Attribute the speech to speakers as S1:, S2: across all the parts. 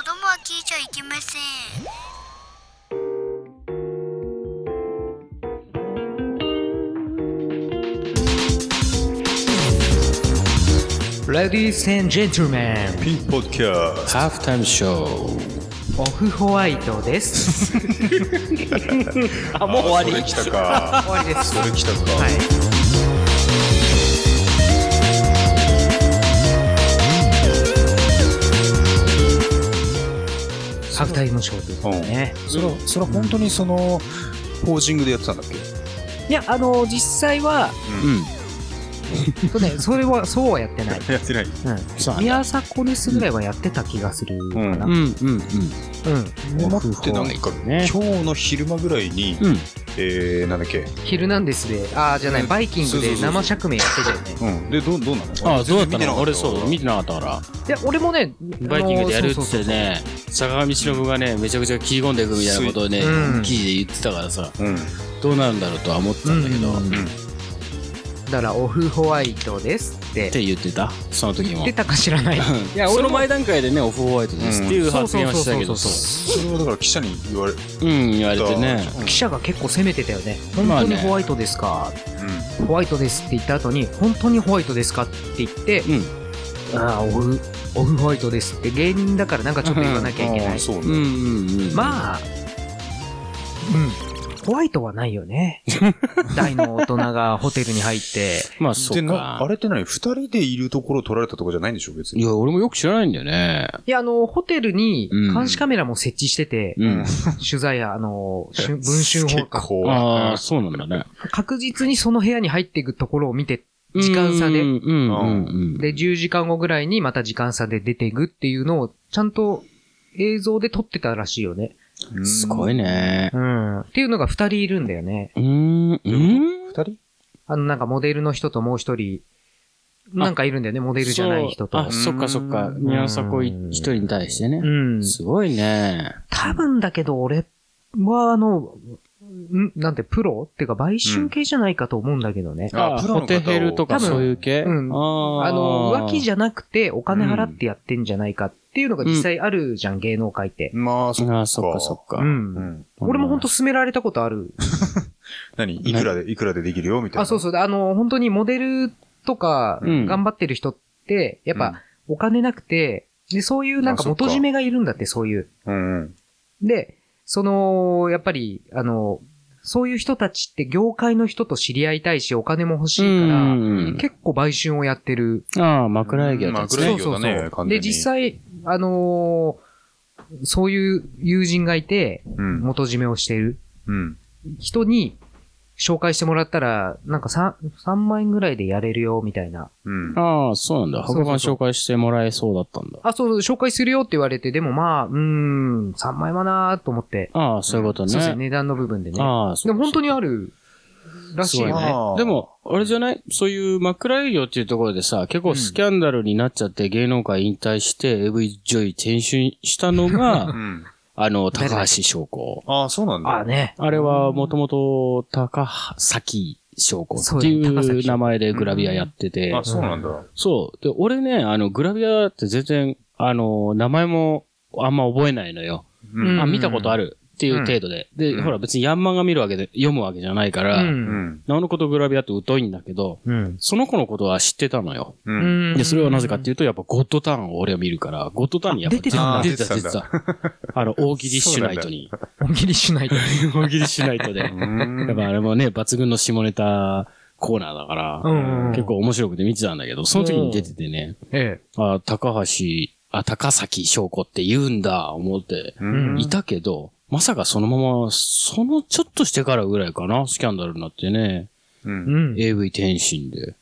S1: じゃいけません
S2: レディース and ジェントルメン
S3: Pink Podcast.
S4: ハーフタイムショー。
S2: オフホワイトです あもう終わり
S3: それ来たか。
S2: 終わりです
S3: それ来たか。
S2: はいハーフタイムショーということでね、
S4: それは、それは本当にその、
S3: ポージングでやってたんだっけ
S2: いやあの実際は
S4: う
S2: そう ねそれはそうはやってない、
S3: やってない。
S4: そう
S2: う、
S4: なんんだ
S2: 宮迫ネスぐらいはやってた気がするかな、
S4: ん、うん、うん、
S2: うん、
S3: 思ってなんか、今
S4: ね
S3: 日の昼間ぐらいに、
S4: うん。
S3: えー、なんだっけ。
S2: ヒルナンデスで、ああ、じゃない、
S3: うん
S2: バイキングで生釈明やってたよね。
S3: うん。で、どう、どうなの
S4: ああ、どうだった
S3: 見てな
S4: の
S3: か
S4: 俺そう、見てなかったか
S2: いや、俺もね、
S4: ら。バイキングでやるっ
S2: あのー
S4: つっ
S2: そうそう
S4: て
S2: そう
S4: ね、坂上忍がね、めちゃくちゃ切り込んでいくみたいなことをね
S2: うん、
S4: キーで言ってたからさ、
S3: うん。
S4: どうなるんだろうとは思ってたんだけ
S2: う
S4: ど、
S2: ん
S4: っ
S2: だから、オフホワイトですって。
S4: て言ってたその時
S2: 言っ
S4: も
S2: て。たか知らない。
S4: いや、その前段階でね、オフホワイトですっていう発言はしてたけ
S2: そ
S4: ど
S2: うそうそ、
S3: それはだから記者に言われた。
S4: うん、言われてね。
S2: 記者が結構攻めてたよね。本
S4: ま
S2: 当
S4: あ
S2: に
S4: ね
S2: ホワイトですか、ホワイトですって言った後に、本当にホワイトですかって言って、
S4: うん
S2: ああ、オフ、オフホワイトですって芸人だからなんかちょっと言わなきゃいけ
S3: うん。
S2: な
S3: あ
S2: い
S3: あ、。そう
S4: うん、う
S3: ね。
S4: ん、うん。
S2: まあ、うん。ホワイトはないよ ね。大の大人がホテルに入って、
S4: まあ、そ
S3: で、
S4: う
S3: な、あ
S4: か。
S3: れって何二人でいるところを取られたとかじゃないんでしょ別
S4: い
S3: に。
S4: や、俺もよく知らないんだよね。
S2: いや、あの、ホテルに
S4: うん
S2: 監視カメラも設置してて、
S4: うん。
S2: 取材や、あの、 しゅ文春放
S3: 結
S2: 課、
S3: 構。
S4: ああ、そうなんだね。
S2: 確実にその部屋に入っていくところを見て、時間差で
S4: うん、うん、うんうん。
S2: で、10時間後ぐらいにまた時間差で出ていくっていうのを、ちゃんと映像で撮ってたらしいよね。
S3: うん
S4: すごい。ね。
S2: うん。っていうのが2人いるんだよね。
S4: うーん、うん
S3: 二人
S2: あの、なんかモデルの人ともう1人、なんかいるんだよね、モデルじゃない人と
S4: あ、。そっかそっか。宮迫い一人に対してね
S2: う。ん。
S4: すごいね。
S2: 多分だけど俺は、あの、んなんて、プロっていうか、買収系じゃないかと思うんだけどね。
S3: あ
S4: あ、
S3: プロの方
S4: ホテヘルと
S2: 多
S4: か
S2: 分
S4: そういう系
S2: うんあの、浮気じ
S4: ゃ
S2: ゃなくてお金払ってやってんじゃないかっていうのが実際あるじゃん、芸能界って。
S3: まあ、そっか。
S4: あ、そっかそっか
S2: う。。
S3: うんん。
S2: 俺も本当勧められたことある。
S3: 何いくらで、いくらでできるよみたいな。
S2: あ、そう
S3: そ
S2: そう。あの、本当にモデルとか、
S4: うん
S2: 頑張ってる人って、やっ
S3: うん
S2: ぱ、お金なくて、で、そういうなん
S3: あ
S2: か
S3: そっか
S2: 元締めがいるんだって、そういう。
S3: う。うんうん。
S2: で、その、やっぱり、あの、そういう人たちって業界の人と知り合いたいし、お金も欲しいから、
S4: い
S2: 結構売春をやってる。
S4: ああ、枕営業
S3: まあ
S4: だ
S3: 枕営業
S2: そうそ
S3: だね
S2: うそう
S3: 完全
S2: で、
S3: に
S2: 実際、あのーそういう友人がいて、
S3: うん。
S2: 元締めをしている
S3: うん。
S2: 人に紹介してもらったら、なんか 3, 3万円ぐらいでやれるよ、みたいな。
S3: うん。
S4: ああ、そうなんだ。
S2: そうそう
S4: 白板紹介してもらえそうだったんだ。
S2: あ、そう、紹介するよって言われて、でもまあ、うーん、3万円はなーと思って。
S4: ああ、そういうこと
S2: そうです
S4: ね
S2: ね、。値段の部分でね。
S4: ああ、そ
S2: で
S4: う
S2: も本当にあるらしいよ
S4: すごい
S2: ね。
S3: あー
S4: で、も、あれじゃないそういう枕営業っていうところでさ、結構スキャンダルになっちゃって芸能界引退して AV 女優転身したの
S3: う
S4: が、
S3: ん。
S4: あの、
S2: 誰だ
S4: 高橋翔子。
S3: ああ、そうなんだ。
S2: ああね。
S4: あれはもともと高崎翔子ってい
S2: そうだね高崎翔
S4: う
S2: 子
S4: 名前でグラビアやってて、
S3: あ、そうなんだ。
S4: そう。で、俺ね、あの、グラビアって全然、あの、名前もあんま覚えないのよ。
S3: う
S2: うん
S3: ん。
S4: あ、見たことあるっていう程度で。
S3: う
S4: で、
S3: ん
S4: ほら別にヤンマンが見るわけで、読むわけじゃないか
S2: う
S4: ら、
S2: ん。
S3: ん。
S4: なおのことグラビアって疎いんだけど、
S2: うん。
S4: その子のことは知ってたのよ。
S3: う。
S2: うんん
S4: で、それはなぜかって
S2: い
S4: いうと、やっぱゴッドターンを俺は見るから、ゴッドターンにやっぱ
S2: あ出てたんだ
S4: 出てた、
S3: あ
S4: 出てた。あの、大喜利シュナイトに。
S2: う、本気にしないと。
S4: 大喜利シュナイト で。
S3: うん
S4: やっぱあれもね、抜群の下ネタコーナーだから、
S2: うん
S4: 結構面白くて見てたんだけど、その時に出ててね、
S2: ええ。
S4: あ、高橋、あ、高崎翔子って言うんだ、思って、
S3: うん
S4: いたけど、まさかそのまま、そのちょっとしてからぐらいかな、スキャンダルになってね、
S3: う。
S2: うんん。
S4: AV 転身で。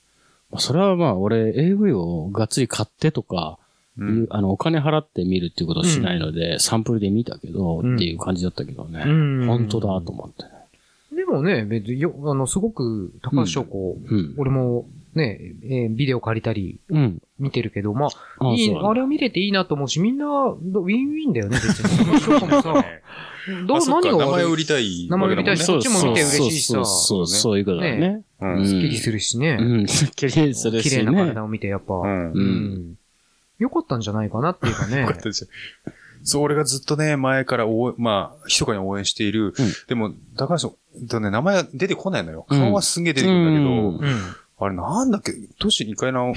S4: まあ、それはまあ、俺、AV をがっつり買ってとか、
S3: う
S4: い
S3: ん
S4: うあの、お金払って見るっていうことをしないので、サンプルで見たけど、
S2: うん
S4: っていう感じだったけどね。
S2: うん
S4: 本当だ、と思って。
S2: でもね、別によ、あの、すごく、高橋翔子、
S4: うん。
S2: 俺もね、えービデオ借りたり
S4: うん。
S2: 見てるけど、まあ、
S4: あ
S2: いい、
S4: そうなんだ
S2: あれを見れていいなと思うし、みんな、どウィンウィンだよね、別に。高橋翔子もさ、 ど
S3: あ
S2: う、
S3: そっ
S2: 何
S3: か
S2: が
S3: 名前
S2: 悪
S3: 売
S2: い
S3: りたい
S2: 名前売りたいし
S4: そう
S2: こっちも見て嬉しいしさ
S4: そうそうそう、そういうことだよね。
S3: う
S4: うん
S3: ん。
S2: すっきりするしね。
S4: うん、すっきりする
S2: 綺
S4: し
S2: 麗な
S4: ね。
S2: 体を見て、やっぱ。
S3: うん
S4: う
S2: うん ん。よかったんじゃないかなっていうかね
S3: よか。ったですそう、俺がずっとね、前から応援、まあ、密かに応援している。でも、高橋さん、とね、名前は出てこないのよ。
S4: うん
S3: 顔はすんげえ出てくるんだけど、
S4: うん
S2: う
S3: あれなんだっけ、都市2階の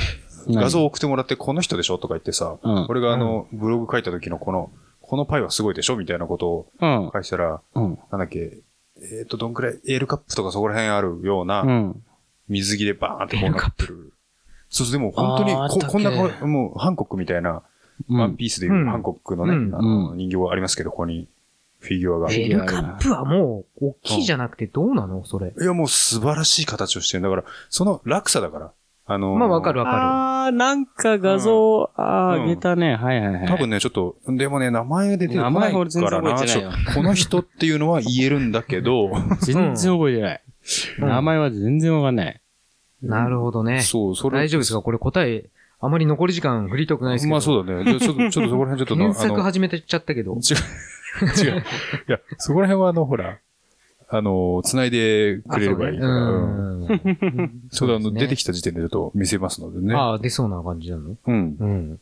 S3: 画像を送ってもらって、この人でしょとか言ってさ、
S4: うん
S3: 俺があの、ブログ書いた時のこの、このパイはすごいでしょみたいなことを
S4: うん。
S3: 返したら、
S4: うん。
S3: なんだっけ、えっ、と、どんくらい、エールカップとかそこら辺あるよう
S4: う。
S3: なん水着でバーンってこうなってる。そうそう、でも本当に
S4: あーあっ
S3: こ、
S4: たっけ
S3: こんなこ、もう、ハンコックみたいな、
S4: う
S3: ワン
S4: ん。
S3: ピースでいう
S2: うん
S3: ハンコックのね、
S2: うん
S3: あの
S4: う
S3: 人形ありますけど、ここに、フィギュアが。
S2: ん。
S4: え
S3: い
S2: エルカップはもう、大きいじゃなくてどうなのそれ。
S3: や、もう素晴らしい形をしてる。だから、その落差だから。あのー
S2: まあわかるわか
S4: あー、なんか画像、あー
S3: うん
S4: あげたね。はいはいはい。
S3: 多分ね、ちょっと、でもね、名前出てこ
S4: 名前
S3: ない
S4: 俺全然
S3: からな。
S4: 覚えて
S3: ち
S4: ない
S3: ょ
S4: よ
S3: この人っていうのは言えるんだけど、
S4: 全然覚えてない。
S2: うん
S4: 名前は全然わかん ない。
S2: る。なるほどね。
S3: そう、それ。
S2: 大丈夫ですかこれ答え、あまり残り時間振りたくないですけど。
S3: まあそうだね。じゃあちょっと、ちょっとそこら 辺ちょっとの、
S2: 検
S3: あ
S2: 索
S3: の、
S2: 始めてっちゃったけど。
S3: 違う。違う。いや、そこら辺はあの、ほら、あの、繋いでくれればいいから。うん
S2: うん。
S3: ちょうどあの、
S2: そうですね
S3: 出てきた時点でちょっと見せますのでね。
S2: ああ、出そうな感じなの
S3: うん。
S2: うん。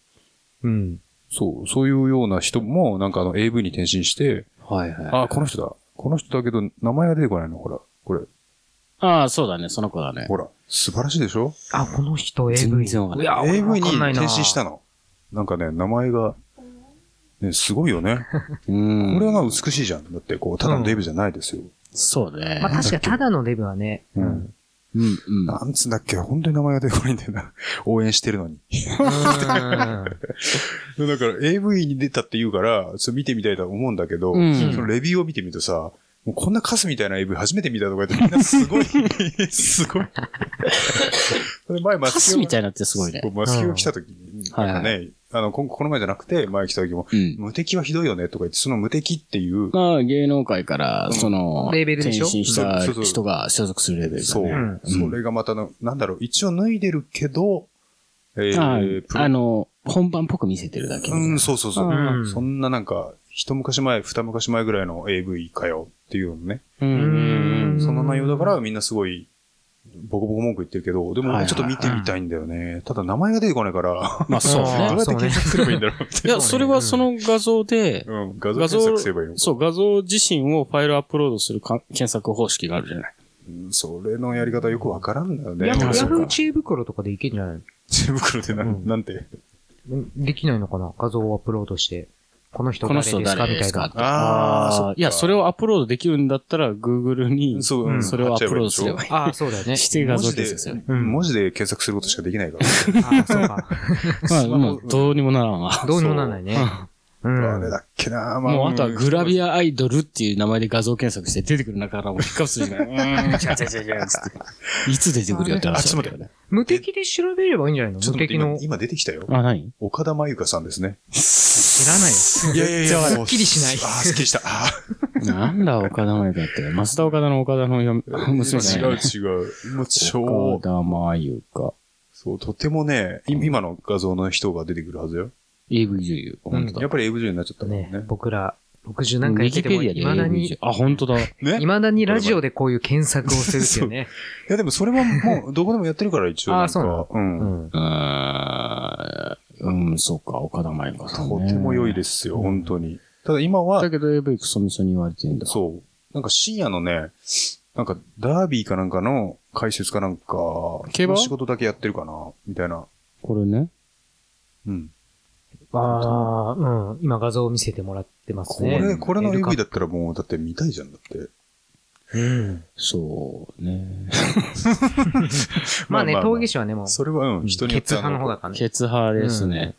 S2: うん。
S3: そう、そういうような人も、なんかあの、AV に転身して、
S4: はいはい。
S3: ああ、この人だ。この人だけど、名前が出てこないの、ほら。これ、
S4: ああ、そうだね。その子だね。
S3: ほら。素晴らしいでしょ
S2: あ、この人 AV。
S4: 全然わかんない
S2: いや、俺
S3: AV
S2: わ
S3: に
S2: かんない
S3: 転
S2: な
S3: 身したの。なんかね、名前が、ね、すごいよね。
S4: うん。
S3: これはまあ美しいじゃん。だって、こう、ただのデブじゃないですよ。
S4: そうね
S2: まあ。確かただのデブはね。
S3: うん
S2: うん。
S4: うんうん。
S3: なんつんだっけ、本当に名前が出てこないんだよな。 応援してるのに。だから AV に出たって言うから、ちょっと見てみたいとは思うんだけど、
S4: うん
S3: そのレビューを見てみるとさ、もうこんなカスみたいな AV 初めて見たとか言ってみんなすごい、すごい。それ前、
S4: カ
S3: マ
S4: スみた
S3: い
S4: いになってすごいね。
S3: マスキオが来た時に、
S4: うん
S3: なんかね、あの、ここの前じゃなくて、前来た時も、
S4: うん。
S3: 無敵はひどいよねとか言って、その無敵っていう、
S4: まあ、芸能界から、その、
S2: レーベルでしょ
S4: 転身し
S3: そ
S4: た
S3: うそうそう
S4: 人が所属するレベルだ
S3: そう、
S4: ね。
S2: ん
S3: それがまたの、なんだろう、一応脱いでるけど、え
S4: あ
S3: ー、プ
S4: ああの、本番っぽく見せてるだけ。
S3: うん、そうそうそう。
S4: うん
S3: そんななんか、一昔前、二昔前ぐらいの AV かよっていうのね。
S4: うん
S2: うん
S3: その内容だからみんなすごい、ボコボコ文句言ってるけど、でも
S4: はいはい
S3: ちょっと見てみたいんだよね。ただ名前が出てこないから、
S4: まあ、そう
S2: あ
S4: ね
S2: ー
S3: どうやって検索すればいいんだろうって
S4: いや、それはその画像で、
S3: うん、画像検索すればいいの
S4: そう、画像自身をファイルアップロードするか検索方式があるじゃない。
S3: うんそれのやり方よくわからんんだよね。
S2: ヤ
S4: も
S2: フ
S4: うそうか
S2: ー知恵袋とかでいけんじゃない
S3: 知恵袋でな
S2: うん
S3: なんて。
S2: のできないのかな画像をアップロードして。この人
S4: こ
S2: 誰
S4: の
S2: です
S4: 人
S2: か
S4: 誰
S2: み
S4: で
S2: たい
S4: すか
S2: な。
S4: って
S3: あー
S4: ー
S3: そっか
S4: いや、それをアップロードできるんだったら、Google に、
S3: そう
S2: うん
S4: それをアップロードすればい
S3: い。
S2: ああ、そうだよね
S4: い。。して画
S3: 文
S4: 像
S3: 字で
S4: 検索する。、
S3: うん文字で検索することしかできないから。
S2: ああ、そうか。
S4: まあ、
S3: スマホ
S4: もうどうにもならんわ。
S2: どうにもならないね。う
S3: あれ
S2: ん。
S3: だっけなま
S4: もうあとはグラ
S3: ア。
S4: ビアアイドルっていう名前で画像検索して出てくる中からもうピックアップす るじゃない。うーん、違う違う違う、つって。いつ出てくるよって
S3: あ、
S4: 話
S3: ち
S4: だ
S3: ょっ
S4: け
S3: と
S4: ど
S3: 待っ
S4: ね
S3: て。
S2: 無敵で調べればいいんじゃないの
S3: ちょっ
S2: 無
S3: と待って
S2: 敵の
S3: 今。今出てきたよ。
S4: あ、何
S3: 岡田真由香さんですね。
S4: 知
S2: らないよ
S3: いやいやいや、
S2: す
S3: もう
S2: っきりしない
S3: あー、すっきりした。あ
S4: なんだ、岡田真由香って。増田岡田の岡田の嫁娘じゃない
S3: ー。違う違う。もう超
S4: 岡、田真由香。
S3: そう、とてもね、い今の画像の人が出てくるはずよ。
S4: AV 女優。本当
S3: や
S4: だ
S3: っ。ぱり AV 女優になっちゃったもんね
S2: ね。、僕ら60何回
S4: ウィ
S2: 生き
S4: キ
S2: て
S4: ペ
S2: も、
S4: ディア
S2: い
S4: で
S2: まだ
S4: AV 女
S2: に
S4: 優。あ、本当だ。
S3: ね
S2: いまだにラジオでこういう検索をするっていう ね。
S3: いやでもそれはもう、どこでもやってるから一応な
S2: あ
S3: んか。
S2: ーそうなの
S3: うん
S2: うん。
S4: うーん、うんそうか、岡田真由香さん
S3: と
S4: ね。
S3: ても良いですよ、本当に。ただ今は
S4: だ、けど AV クソみそに言われてんだ。
S3: そう。なんか深夜のね、なんかダービーかなんかの解説かなんか、
S4: 競馬
S3: の仕事だけやってるかな、みたいな。
S4: これね。
S3: うん。
S2: ああ、うん。今画像を見せてもらってます
S3: こ
S2: ね。
S3: れ、これの AV だ
S2: っ
S3: ったらもう、だって見たいじゃん、だって。
S2: た。うん。
S4: そうね。
S2: まあね
S3: まあまあま、あ
S2: 陶芸師はね、もう、
S3: それは、うん、人によって
S2: 血
S3: あ
S2: 派の方だからね。
S4: ケツ派ですね。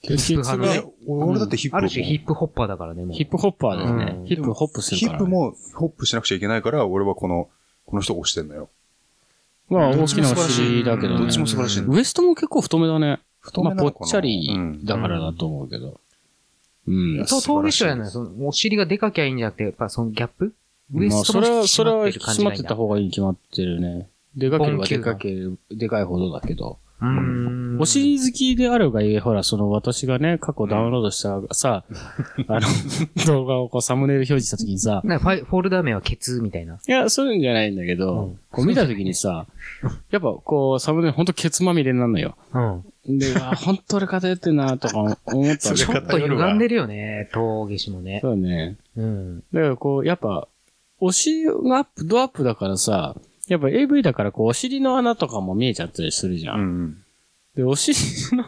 S2: ヒップ派の
S3: い
S2: ね
S3: や俺俺だってヒップ
S2: ある種ヒ
S3: ヒ
S2: ップホッパーだからね、もう。
S4: ヒップホッパーですね。
S2: うん
S4: ヒップホップする
S3: ッ
S4: から、
S3: プ。もホップしなくちゃいけないから、俺はこの、この人を押してんのよ。
S4: まあ
S3: ど
S4: 大
S3: っち
S4: き
S3: も
S4: なお
S3: 素晴らしい
S4: 尻だけど
S3: どっ
S4: ね
S3: ち。も素晴らしい
S4: ウエストも結構太めだね。
S3: 太めなのかな
S4: まあぽっちゃりだからだと思うけど。うん。
S3: や
S2: そう、
S3: 素晴
S2: 陶
S3: ら
S2: 芸
S3: しい
S2: 師はね、その、お尻がでかきゃいいんじゃなくて、やっぱそのギャップウエ
S4: まあ
S2: スト
S4: それ
S2: も引
S4: は、
S2: き締
S4: それ
S2: まってる感じ
S4: は引き締
S2: なんだ
S4: まってた方がいいに決まってるね。でかければでかける、でかいほどだけど。
S2: うーん。
S4: お尻好きであるがゆえ、ほら、その私がね、過去ダウンロードしたさ、あの、動画をこうサムネイル表示した時にさ、
S2: なんかファイフォルダ名はケツみたいな。
S4: いや、そういうんじゃないんだけど、
S2: うん
S4: こう見た時にさ、やっぱこうサムネイルほんとケツまみれになるのよ。
S2: うん。
S4: で、 あ、ほんと俺偏ってんな、とか思った
S3: そ
S4: ね。
S3: れ
S2: ちょっと
S3: 偏るわ
S2: 歪んでるよね、陶芸師もね。
S4: そうね。
S2: うん。
S4: だからこう、やっぱ、お尻がアップ、ドアップだからさ、やっぱ AV だからこう、お尻の穴とかも見えちゃったりするじゃん。
S3: ん。
S4: で、お尻の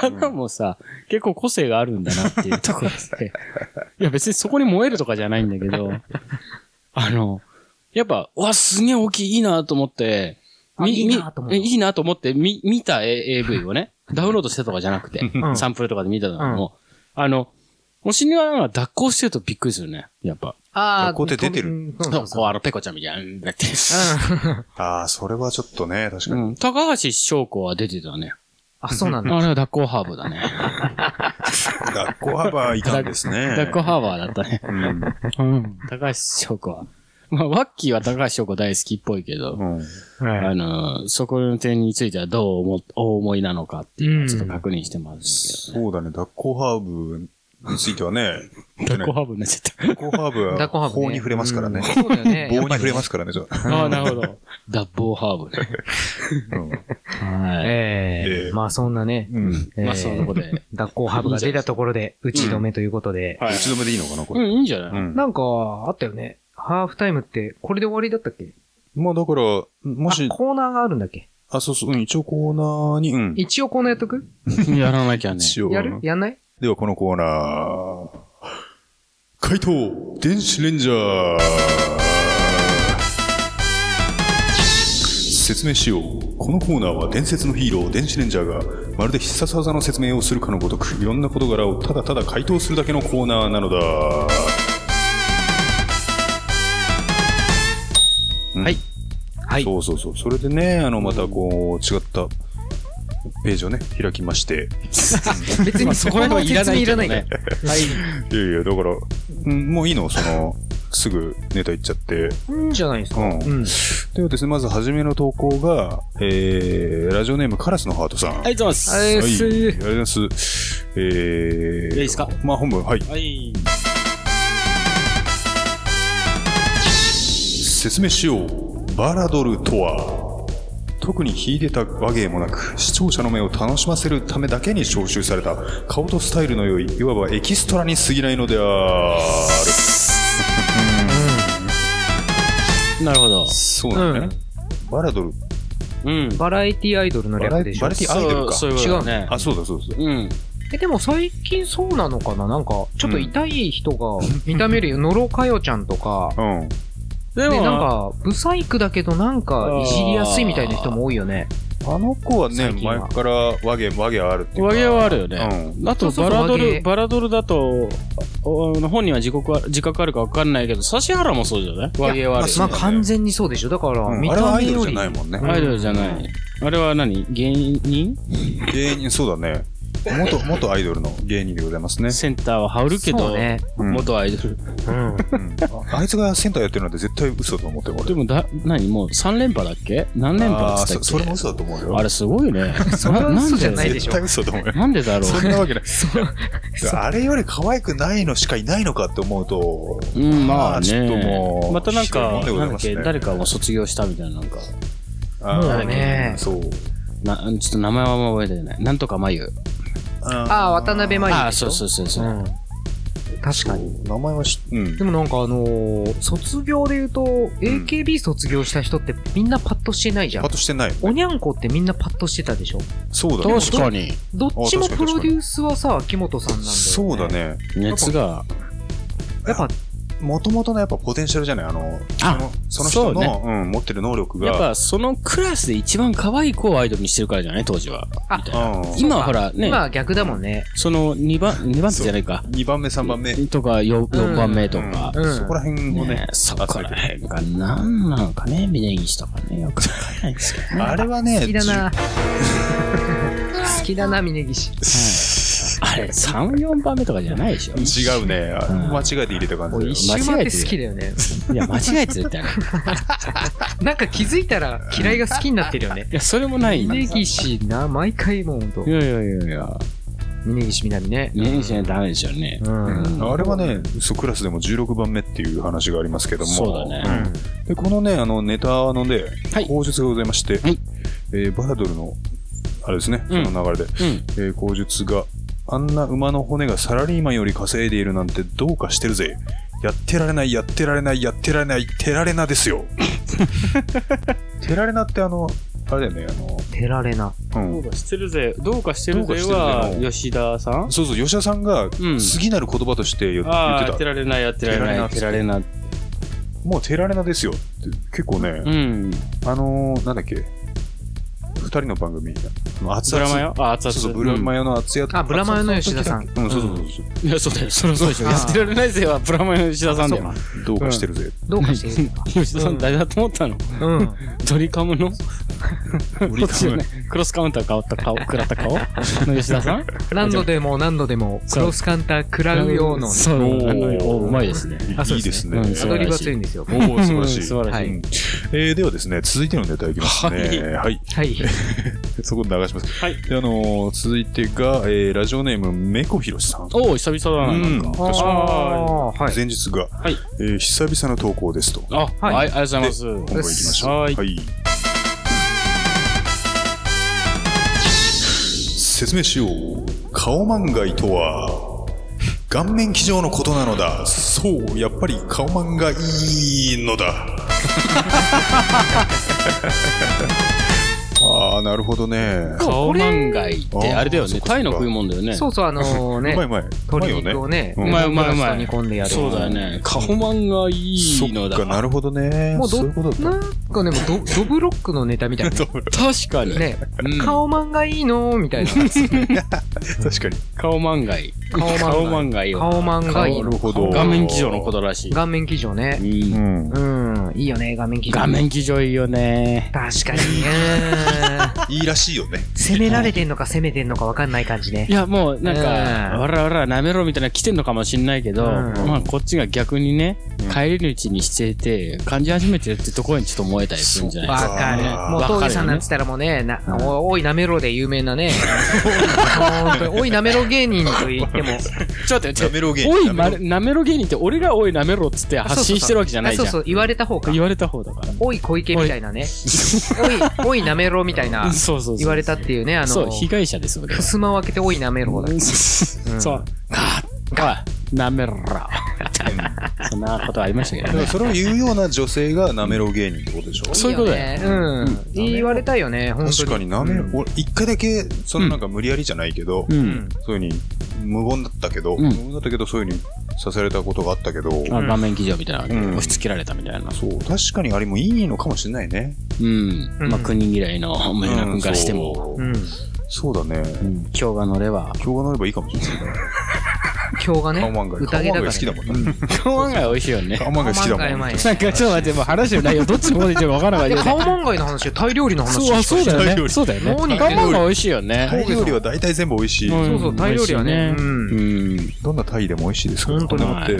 S4: 穴もさ、結構個性があるんだ なっていうところで。いや、別にそこに燃えるとかじゃないんだ けど、あの、やっぱ、うわ、すげえ大きい、いいなと思って、
S2: あ
S4: み
S2: いい
S4: み
S2: なと思う
S4: えいいなと思って、み、見た A- AV をね、ダウンロードしてとかじゃなくて、
S2: うん
S4: サンプルとかで見たのも、あの、お尻の穴が脱行してるとびっくりするね、やっぱ。
S2: ああ、
S3: 学校で出てる
S2: うんそう
S4: そ
S2: そうう
S4: こ
S2: そう
S4: う、あの、ペコちゃんみたいな、だって。
S2: うん。
S3: ああ、それはちょっとね、確か
S4: う
S3: に。
S4: ん。高橋翔子は出てたね。
S2: あ、そうなん
S4: あ
S2: だ。
S4: れは脱行ハーブだ ね。
S3: 学校幅いかんです ね。
S4: 脱行ハーバーだったね。
S3: うん。
S4: うん。高橋翔子は。まあ、ワッキーは高橋翔子大好きっぽいけど、
S3: うん。
S4: あの、そこの点についてはどう思、お思いなのかっていうのをちょっと確認してます
S3: そうだね、脱行ハーブについてはね、
S4: けど。
S3: ん
S4: ダコハーブになっちゃっ
S3: 脱行ハーブは
S2: ダコハブね
S3: 法に触れますからね。
S2: うんそうだよね。。
S3: 棒に触れますすからね、じゃあ。
S4: た。ああ、なるほど。ダッボーハーブね。
S3: うん
S4: は
S2: え
S3: ええ
S2: え。まあそんなね。
S3: うん。
S4: い。まあ、
S2: ええ
S4: そんなことで。
S2: 脱行ハブが出たところで、打ち止めということで。
S3: 打ち止めでいいのかな、こ
S4: うん、
S3: れ。
S4: いいんじゃない
S3: うん。
S2: なんか、あったよね。ハーフタイムって、これで終わりだったっけ
S3: まあだから、もし
S2: あ、コーナーがあるんだっけ
S3: あ、そうそう、うん、一応コーナーに、うん。
S2: 一応コーナーやっとく
S4: やらなきゃ ね。
S3: 一応。
S2: やるやんない
S3: ではこのコーナー。怪盗電子レンジャー説明しよう。このコーナーは伝説のヒーロー、電子レンジャーが、まるで必殺技の説明をするかのごとく、いろんな事柄をただただ回答するだけのコーナーなのだ。
S4: はい
S2: はい
S3: そうそうそう。それでね、あの、またこう、違ったページをね、開きまして。
S2: 別にそこの説明いらないから。
S4: はい。
S3: いやいや、だから、うんもういいのそ の、すぐネタ言っちゃって。
S2: いいんじゃないですか。
S3: うん
S2: うん。
S3: ではですね、まず初めの投稿が、えー、ラジオネームカラスのハートさん。
S4: ありがとうございます。
S2: あ
S4: は
S2: れ
S4: い。
S3: はい、あ
S2: うっす
S3: りがとうございます。えー、
S4: いいですか
S3: まあ本文、はい。説明しよう。バラドルとは、特に秀でた和芸もなく、視聴者の目を楽しませるためだけに招集された、顔とスタイルの良い、いわばエキストラに過ぎないのである。
S4: なるほど。
S3: そうなんだね。バラドル、
S4: うん。
S2: バラエティアイドルの略でし
S3: バ
S2: ょ
S3: ラエ。ティアイドルか。
S4: そうそういうことだね。
S3: あ、そうだそうだそうだ。
S4: うん。
S2: え、でも最近そうなのかななんか、ちょっと痛い人が見た目 るよ。ノロカヨちゃんとか。
S3: うん。
S4: で
S2: ね、
S4: も、
S2: なんか、ブサイクだけどなんか、いじりやすいみたいな人も多いよね。
S3: あの子はね、
S2: 最近は
S3: 前から和芸、和芸あるっていうか。
S4: 和芸はあるよね。
S3: うん。
S4: あと
S2: そうそうそ
S4: バ
S2: う
S4: ラド
S2: 和
S4: ル、
S2: 芸
S4: バラドルだと、おあの本人は自覚は自覚あるかわかんないけど、指原もそうじゃない和芸はある
S2: ま
S4: よ
S2: あ
S4: ね。
S2: 完全にそうでしょ。だから、
S3: うん
S2: 見
S3: あれは
S2: た
S3: アイ
S2: 目
S3: ド
S2: よ
S3: ルじゃ
S2: り。
S3: ないもんね。
S2: まあ
S4: アイドルじゃない。あれは何芸人
S3: 芸人、そうだね。元、元アイドルの芸人でございます ね。
S4: センターは羽織るけ
S2: そ
S4: ど、
S2: うね。
S3: うん
S4: 元アイドル。
S2: うん。
S3: うんああいつがセンターやってるなんて絶対嘘だと思って、俺。
S4: でもだ、何もう3連覇だっけ何連覇
S3: あ
S4: っ
S3: ー
S4: つったっ
S3: そ
S4: け
S3: それも嘘だと思うよ。
S4: あれすごいね。
S2: それは嘘じゃないでし
S3: 絶
S2: ょ
S3: 対嘘だと 思うよ。
S4: なんでだろ
S3: そんなわけない。
S2: そう
S3: あれより可愛くないのしかいないのかって思うと、
S4: う。うん、まあ
S3: ちょっと
S4: ね
S3: も。う、
S4: またなん
S3: 白いも
S4: か、
S3: でご
S4: な
S3: ざい
S4: んだっ
S3: ます
S4: け、
S3: ね
S4: 誰かも卒業したみたいな、なんか。
S3: あー
S2: もうね
S3: そう。
S4: なちょっと名前はあんま覚えてない。なんとかまゆ。
S3: あ
S2: ああ、渡辺真由でしょ。
S4: ああ、そうそうそうそう。
S2: うん。確かに。
S3: 名前は知って、うん
S2: で。もなんかあのー卒業で言うと、AKB 卒業した人ってみんなパッとしてないじゃ
S3: パ
S2: ん
S3: ッ。としてない。
S2: おにゃんこってみんなパッとしてたでしょ
S3: そうだね。
S4: 確かに。
S2: どっち
S3: あ
S2: も
S3: 確
S2: プ
S3: かに
S2: ロデュースはさ、秋元さんなんだよ、ね。
S3: そうだ。ね。
S4: 熱が。
S2: やっぱ、
S3: もともとのやっぱポテンシャルじゃないあの、
S4: あ
S3: その人
S4: そう
S3: の、
S4: ね
S3: うん、持ってる能力
S4: やっ
S3: が、
S4: ぱそのクラスで一番可愛い子をアイドルにしてるからじゃない当時は。
S2: あ
S4: みたいな
S3: うん
S4: 今はほらね、
S2: 今は逆だもんね。
S4: その2番、2番手じゃないか。
S3: 2番目、3番目。
S4: とか 4,
S2: うん
S4: 番目とか。
S2: うん
S3: そこら辺をね
S4: ね、、そこら辺が何なのかね、峯岸とかね、よくわからないんですけどね。
S3: あれはね、
S2: 好きだな。好きだな、峯岸。
S4: あ れ、3、4番目とかじゃないでしょ。
S3: じゅ違うね。あ
S4: うん
S3: 間違えて入れた感
S2: 俺
S3: じ
S2: 一
S3: だよ。
S2: 周回って好きだよね。
S4: いや、間違えてるってあれ。い
S2: なんか気づいたら嫌いが好きになってるよね。
S4: や、それもないんだ
S2: 峯
S4: い
S2: 岸な、毎回もうほんと
S4: や。いやいやいや。
S2: 峯岸みなみね。
S4: 峯岸はダメでしょうね。
S2: うん
S3: あれはね、そうクラスでも16番目っていう話がありますけども。
S4: そうだね。
S3: うんで、このね、あの、ネタのね
S4: はい、
S3: 口述がございまして
S4: はい、
S3: えーバラドルの、あれですね、
S4: うん
S3: その流れで、
S4: うん。
S3: えー、口述が、あんな馬の骨がサラリーマンより稼いでいるなんてどうかしてるぜ。やってられない、やってられない、やってられない、テラレナですよ。テラレナってあの、あれだよね、
S2: てられな。
S3: あの、う。
S4: どうんかしてるぜ。どうかしてる
S3: どうか
S4: ぜ
S3: して
S4: は
S3: るぜ、の
S4: 吉田さん
S3: そうそう、吉田さんが
S4: うん、
S3: 次なる言葉として言,、
S4: ああ、
S3: 言
S4: や
S3: っ
S4: ってて
S3: た。
S4: られない、やってられない、やってられない。
S3: もうテラレナですよって、結構ね、
S4: うん。
S3: あのー、なんだっけ、二人の番組、あの熱
S4: ブラマ
S3: 々
S4: ヨあ、熱
S3: そう
S4: 々。
S3: そう、ブラマヨの熱々。
S2: あブラマヨの吉田さん
S3: 熱々の時だっけうん、そうそうそうそう。
S4: うんいや、そうだよ。それはそうでしょ。
S2: あー
S4: やってられないぜは、ブラマヨの吉田さんだよ。
S3: どうかしてるぜ。
S2: どうかしてる
S4: 吉田さん誰だと思ったの
S2: うん。
S4: ドリカムの
S3: ドリカム
S4: そうですよねクロスカウンター変わった顔、食らった顔の吉田さん
S2: 何度でも何度でもクロスカンター食らうようの、
S4: そう、あのおうまいですね。
S2: あそう
S3: いいで
S2: ですす
S3: ね。
S4: ね
S3: うん
S2: アドリブが強いんですよ。
S3: おお、素晴らしい。
S4: 素晴らしい。
S3: うんえーではですね、続いてのネタいきますね。はい。
S2: はい。
S3: そこで流します。
S4: はい。
S3: で、あのー続いてが、えーラジオネーム、めこひろしさん。
S4: おう久々だな、なんか。
S3: うん確か
S2: あーはい。
S3: 前日が、
S4: はい
S3: えー久々の投稿ですと。
S4: あ、
S2: はい
S4: はい、ありがとうございます。
S3: 本番いきましょう。
S4: はい
S3: 説明しよう。顔漫画とは、顔面騎乗のことなのだ。そう、やっぱり顔漫画いいのだ。ああ、なるほどね。
S4: 顔漫画って、あれだよ
S3: あーそっ。かそ
S4: ね
S3: っか
S4: タイの食い物だよね。
S2: そうそう、あのね
S3: うまいう、まい。うまい
S2: 鶏
S3: よね
S2: 肉。をね、
S3: う
S4: まいうまいうまい
S2: 煮込んでやる。
S4: そうだよね。顔漫画い
S3: そ
S4: いの
S3: っか、
S4: だ。
S3: なるほどね。
S2: もう
S3: そう
S2: ど
S3: いうことだった。
S2: なんかでもド、ドブロックのネタみた いな。
S3: 確
S4: 確かに。
S2: ね、
S4: うん
S2: 顔漫画いいのみたいな。
S3: かに。
S4: 顔漫画
S2: 顔漫画
S4: 顔漫画よ。
S2: 顔漫画いい
S3: な。るほど。
S4: 顔面騎乗のことらしい。
S2: 顔面騎乗ね。
S4: うん
S3: うん。
S2: うん、いいよね、画面騎乗。
S4: 画面騎乗いいよね。
S2: 確かにね。
S3: いいらしいよね。
S2: 攻められてんのか攻めてんのか分かんない感じね
S4: い。や、もう、なん
S2: う
S4: か、
S2: ん
S4: わらわら、なめろみたいなの来てんのかもしんないけど、
S2: うん
S4: まあ、こっちが逆にね
S3: うん、
S4: 帰り道にしてて、感じ始めてるってところにちょっと燃えたりするんじゃない
S2: わ
S4: ですか。
S2: かる
S3: あー。
S2: もう、
S4: わかるよね
S2: 峠さんなんつったらもうね、な、おおいなめろで有名な ね、もう本当においなめろ芸人と言っても、
S4: ちょっと待
S3: ダ
S4: って、
S3: メロゲー
S4: おい、まなめろ芸人って、俺がおいなめろっつって 発信してるわけじゃないじゃん。
S2: あそうそう、言われた方か。
S4: 言われた方だから。
S2: おい小池みたいなね。おい、おいなめろみたいな、
S4: そうそうそう。
S2: 言われたっていうね、あの、
S4: そう、被害者です、俺は。
S2: 襖を開けておいなめろだ。ん
S4: そう。ああ、おい、な めろ。そんなことありましたけどね。
S3: それを言うような女性がなめろ芸人ってことでしょ
S4: そういうことだ
S2: いいよね。うん。言われたいよね、本当に。
S3: 確かになめ、
S2: うん
S3: 俺一回だけそのなんか無理やりじゃないけど、
S2: う
S4: う。
S2: んん。
S3: そういうふうに無言だったけど、
S4: うん
S3: 無言だったけどそういうふうにさせられたことがあったけど、
S4: あ画面記事みたいなので
S3: うん
S4: 押し付けられたみたいな。
S3: そう確かにあれもいいのかもしれないね
S4: うん。
S2: うん
S4: まあ、国嫌いの宗那君からしても、
S3: う
S2: うんん。
S3: そうそうだね
S4: うん今日が乗れば。
S3: 今日が乗ればいいかもしれないね
S2: 今日がね、
S3: 顔漫
S2: 宴
S3: 画顔漫
S2: だ
S3: 画
S2: から
S3: 好きだもんね、
S4: 顔漫画美味しいよね。
S3: 顔漫画好きだも
S2: 顔
S3: ん
S2: 漫画うまいね
S4: なんかちょっと待って、もう話の内 容どっちの方で言ってるか分からないい
S2: や、
S4: けど。
S2: 顔漫画の話、タイ料理の話。
S4: そう、あそうだ
S3: タイ料
S4: よね。
S3: 理
S4: そうだよね。顔
S2: 何
S4: 漫画美味しいよ
S3: タ
S4: ね。
S3: イ料理は大体全部美味しい、
S2: そうそう、タイ料理はね。
S4: 美味し
S2: う
S4: い
S2: ん。本
S4: うん。
S3: どんなタイでも美味しいですから
S2: 本当に
S3: だって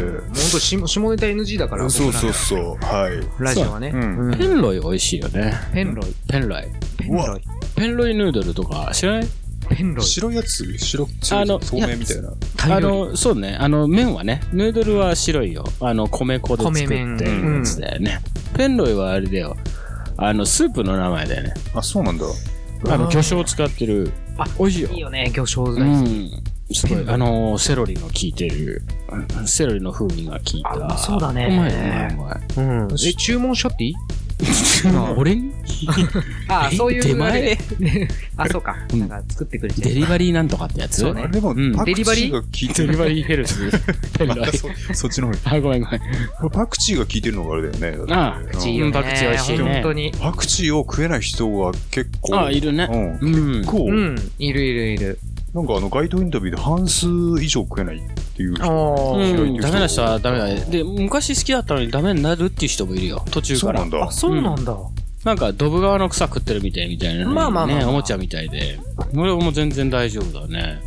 S2: 当下下ネタ NG だから。
S3: そう
S2: 僕
S3: そ
S2: ら
S3: うそうはい
S2: のラジオはね。
S3: そううん
S2: うん
S4: ペンロイ美味しいよね。
S2: ペンロイ。
S4: ペンロイ。
S2: ペンロイ。
S4: ペンロイヌードルとか知らない
S2: ペンロイ。
S3: 白いやつ白っ
S4: あの
S3: そうめんみたいな
S2: タ
S4: あ
S2: イ料理。
S4: の、そうね。あの、麺はね、ヌードルは白いよ。あの、米粉で作って
S2: 米
S4: る
S2: 麺
S4: やつだよね。ペンロイはあれだよ。あの、スープの名前だよね。
S3: あそうなんだ
S4: あ
S2: うん
S4: の、魚醤を使ってる。あ、美味しいよ
S2: いい。よね、魚醤
S4: う
S2: 大好き。
S4: ん。すごい。あのー、セロリの効いてる。セロリの風味が効いた。
S2: あそうだね
S4: うまいよね、うまい。
S2: うん。え、注文しちゃっていい
S4: 俺に
S2: あ
S4: え
S2: そういう。
S4: 出前
S2: で。あ、そうか。
S4: うん
S2: なんか作ってくれ
S4: デ
S2: て。
S4: リバリーなんとかってやつ
S2: そう
S3: あ
S2: ね
S3: れでも、
S4: うん
S3: パクチ
S2: デリバリ
S3: ー
S2: ー
S3: が効いて
S4: デリ
S3: る
S4: バリーヘ ルス。ペン
S3: ま
S4: ライ
S3: た。そ そっちの方に
S4: あ、ごめんごめん。
S3: これパクチーが効いてるのがあれだよね。
S4: あ
S3: だ
S4: あ
S3: って
S4: パ
S2: いいよね
S4: パクチー美味しいね
S2: 本当に。
S3: パクチーを食えない人が結構。
S4: あ、いるね。
S3: うん。
S4: うん。
S3: 結構、
S2: うん。いるいるいる。
S3: なんかあの、街頭インタビューで半数以上食えないっていう。
S2: あ
S4: う
S2: あ。
S4: ん、ダメな人はダメだね。で、昔好きだったのにダメになるっていう人もいるよ、途中
S3: そ
S4: か
S3: うな
S4: ら
S3: ん。だ
S2: あ、。そうなんだ。
S4: なんか、ドブ川の草食ってるみたいみたいなね。
S2: まあまあまあまあ
S4: ね、おもちゃみたいで。俺も全然大丈夫だね。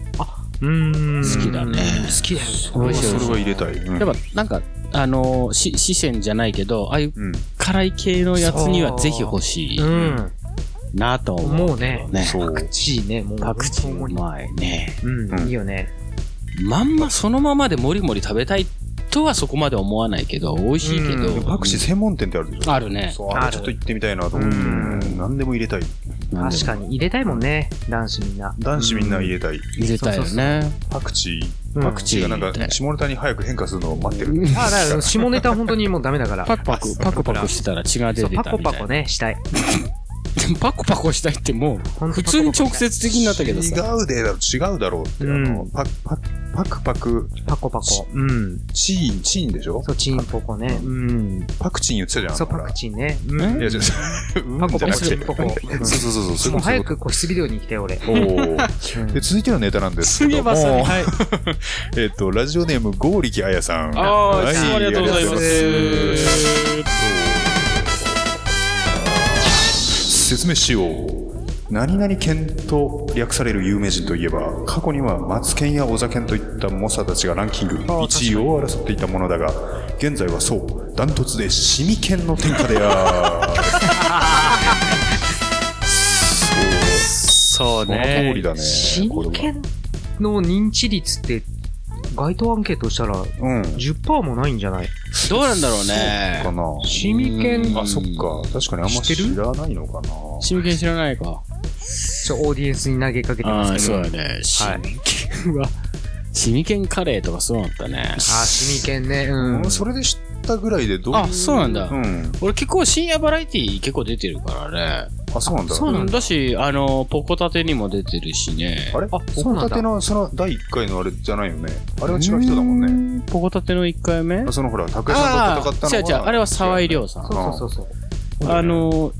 S2: うーん。
S4: 好きだね
S2: 好きだよね。
S3: それは
S4: 美味しい
S3: それは入れたい。うん
S4: やっぱ、なんか、あのー、し、四川じゃないけど、ああいう
S3: うん。
S4: 辛い系のやつにはぜひ欲しい
S2: うん。
S4: なと思う。
S2: もうね、
S4: ね。
S3: そう。
S2: パクチーね、もう。
S4: パクチーう
S2: 本当に
S4: まいね。
S2: うん、いいよね。
S4: まんまそのままでもりもり食べたいとはそこまで思わないけど、美味しいけ
S2: う
S4: ど。
S2: ん
S3: パクチー専門店ってあるでしょ
S4: あるね。
S3: そう、あ
S2: あ
S3: れ
S2: る
S3: ちょっと行ってみたいなと思って。
S2: うん
S3: うん何でも入れたい。
S4: なんでも
S2: 確かに入れたいもんね、男子みんな。
S3: 男子みんな入れたい。
S4: 入れたいよね。
S3: パクチー、
S2: うん
S3: パクチーがなん
S4: パクチー
S3: か、
S4: ね
S3: 下ネタに早く変化するのを待ってる。
S4: うん
S2: あ、だから下ネタは本当にもうダメだから。
S4: パクパク、パクパクしてたら血が出
S2: そう
S4: て
S2: パ
S4: た
S2: コ
S4: みた
S2: パ
S4: いな
S2: コ。ね、したい。
S4: でもパコパコしたいっても
S2: ほん
S4: う、
S2: と
S4: 普通に直接的になったけどさ。
S3: 違うでだろ、違うだろうって、あ
S2: う
S3: の、
S2: ん
S3: パクパク、パクパク、
S2: パコパコ。うん。
S3: チーン、チーンでしょ
S2: そう、チンポコね。うん。
S3: パクチン言ってたじゃん。
S2: そう、パクチンね。うん。
S3: いや、
S2: も
S3: 違う、うん
S2: パコ
S3: じゃなくて
S2: パコパコうん
S3: そうそうそうそう、そう
S2: う
S3: いう
S2: 早
S3: こと
S2: く個室ビデオに行きたい、俺。
S3: そういうこと。おー
S2: うん
S3: で続いてのネタなんですけ
S4: すげえ
S3: ども
S4: バッ、サリ。はい。
S3: えっと、ラジオネーム、ゴーリキアヤさん。
S4: あー、質問ありがとうございま
S2: あり
S3: がとうござい
S4: す。
S3: ます説明しよう。何々犬と略される有名人といえば、過去にはマツケンやオザケンといった猛者たちがランキング1位を争っていたものだが、現在はそう、ダントツでシミケンの天下である。そう
S4: そ
S3: その
S4: う
S3: 通り
S4: ね。
S3: だね。
S2: シミケンの認知率って、街頭アンケートしたら
S3: これはうん。
S2: 10%もないんじゃない
S4: どうなんだろうね。
S3: かな。
S2: シミケ
S4: う
S2: ン
S4: ん、
S3: あ、そっか。確かにあんま
S2: 知ってる
S3: 知らないのかな。
S4: シミケン知らないか。
S2: ちょ、オーディエンスに投げかけてま
S4: あ
S2: す
S4: あ、
S2: けど。
S4: そうだね。シミケンは、シミケンカレーとかそうだったね。
S2: あー、シミケンね。うん。
S3: それで知ったぐらいでどういう
S4: あ、そうなんだ
S3: う。ん。
S4: 俺結構深夜バラエティ結構出てるからね。
S3: あ、そうなんだ。
S2: そうなんだ
S4: だし、あの、ポコタテにも出てるしね。
S3: あれ
S2: あそうなんだ
S3: ホタテのその第1回のあれじゃないよね。あれは違う人だもんね。
S4: ね。ポコタテの1回目
S3: そのほら、拓也さんと戦ったのは。
S4: 違う違う、あれは沢井亮さん。
S2: そうそうそうそう。
S4: あの、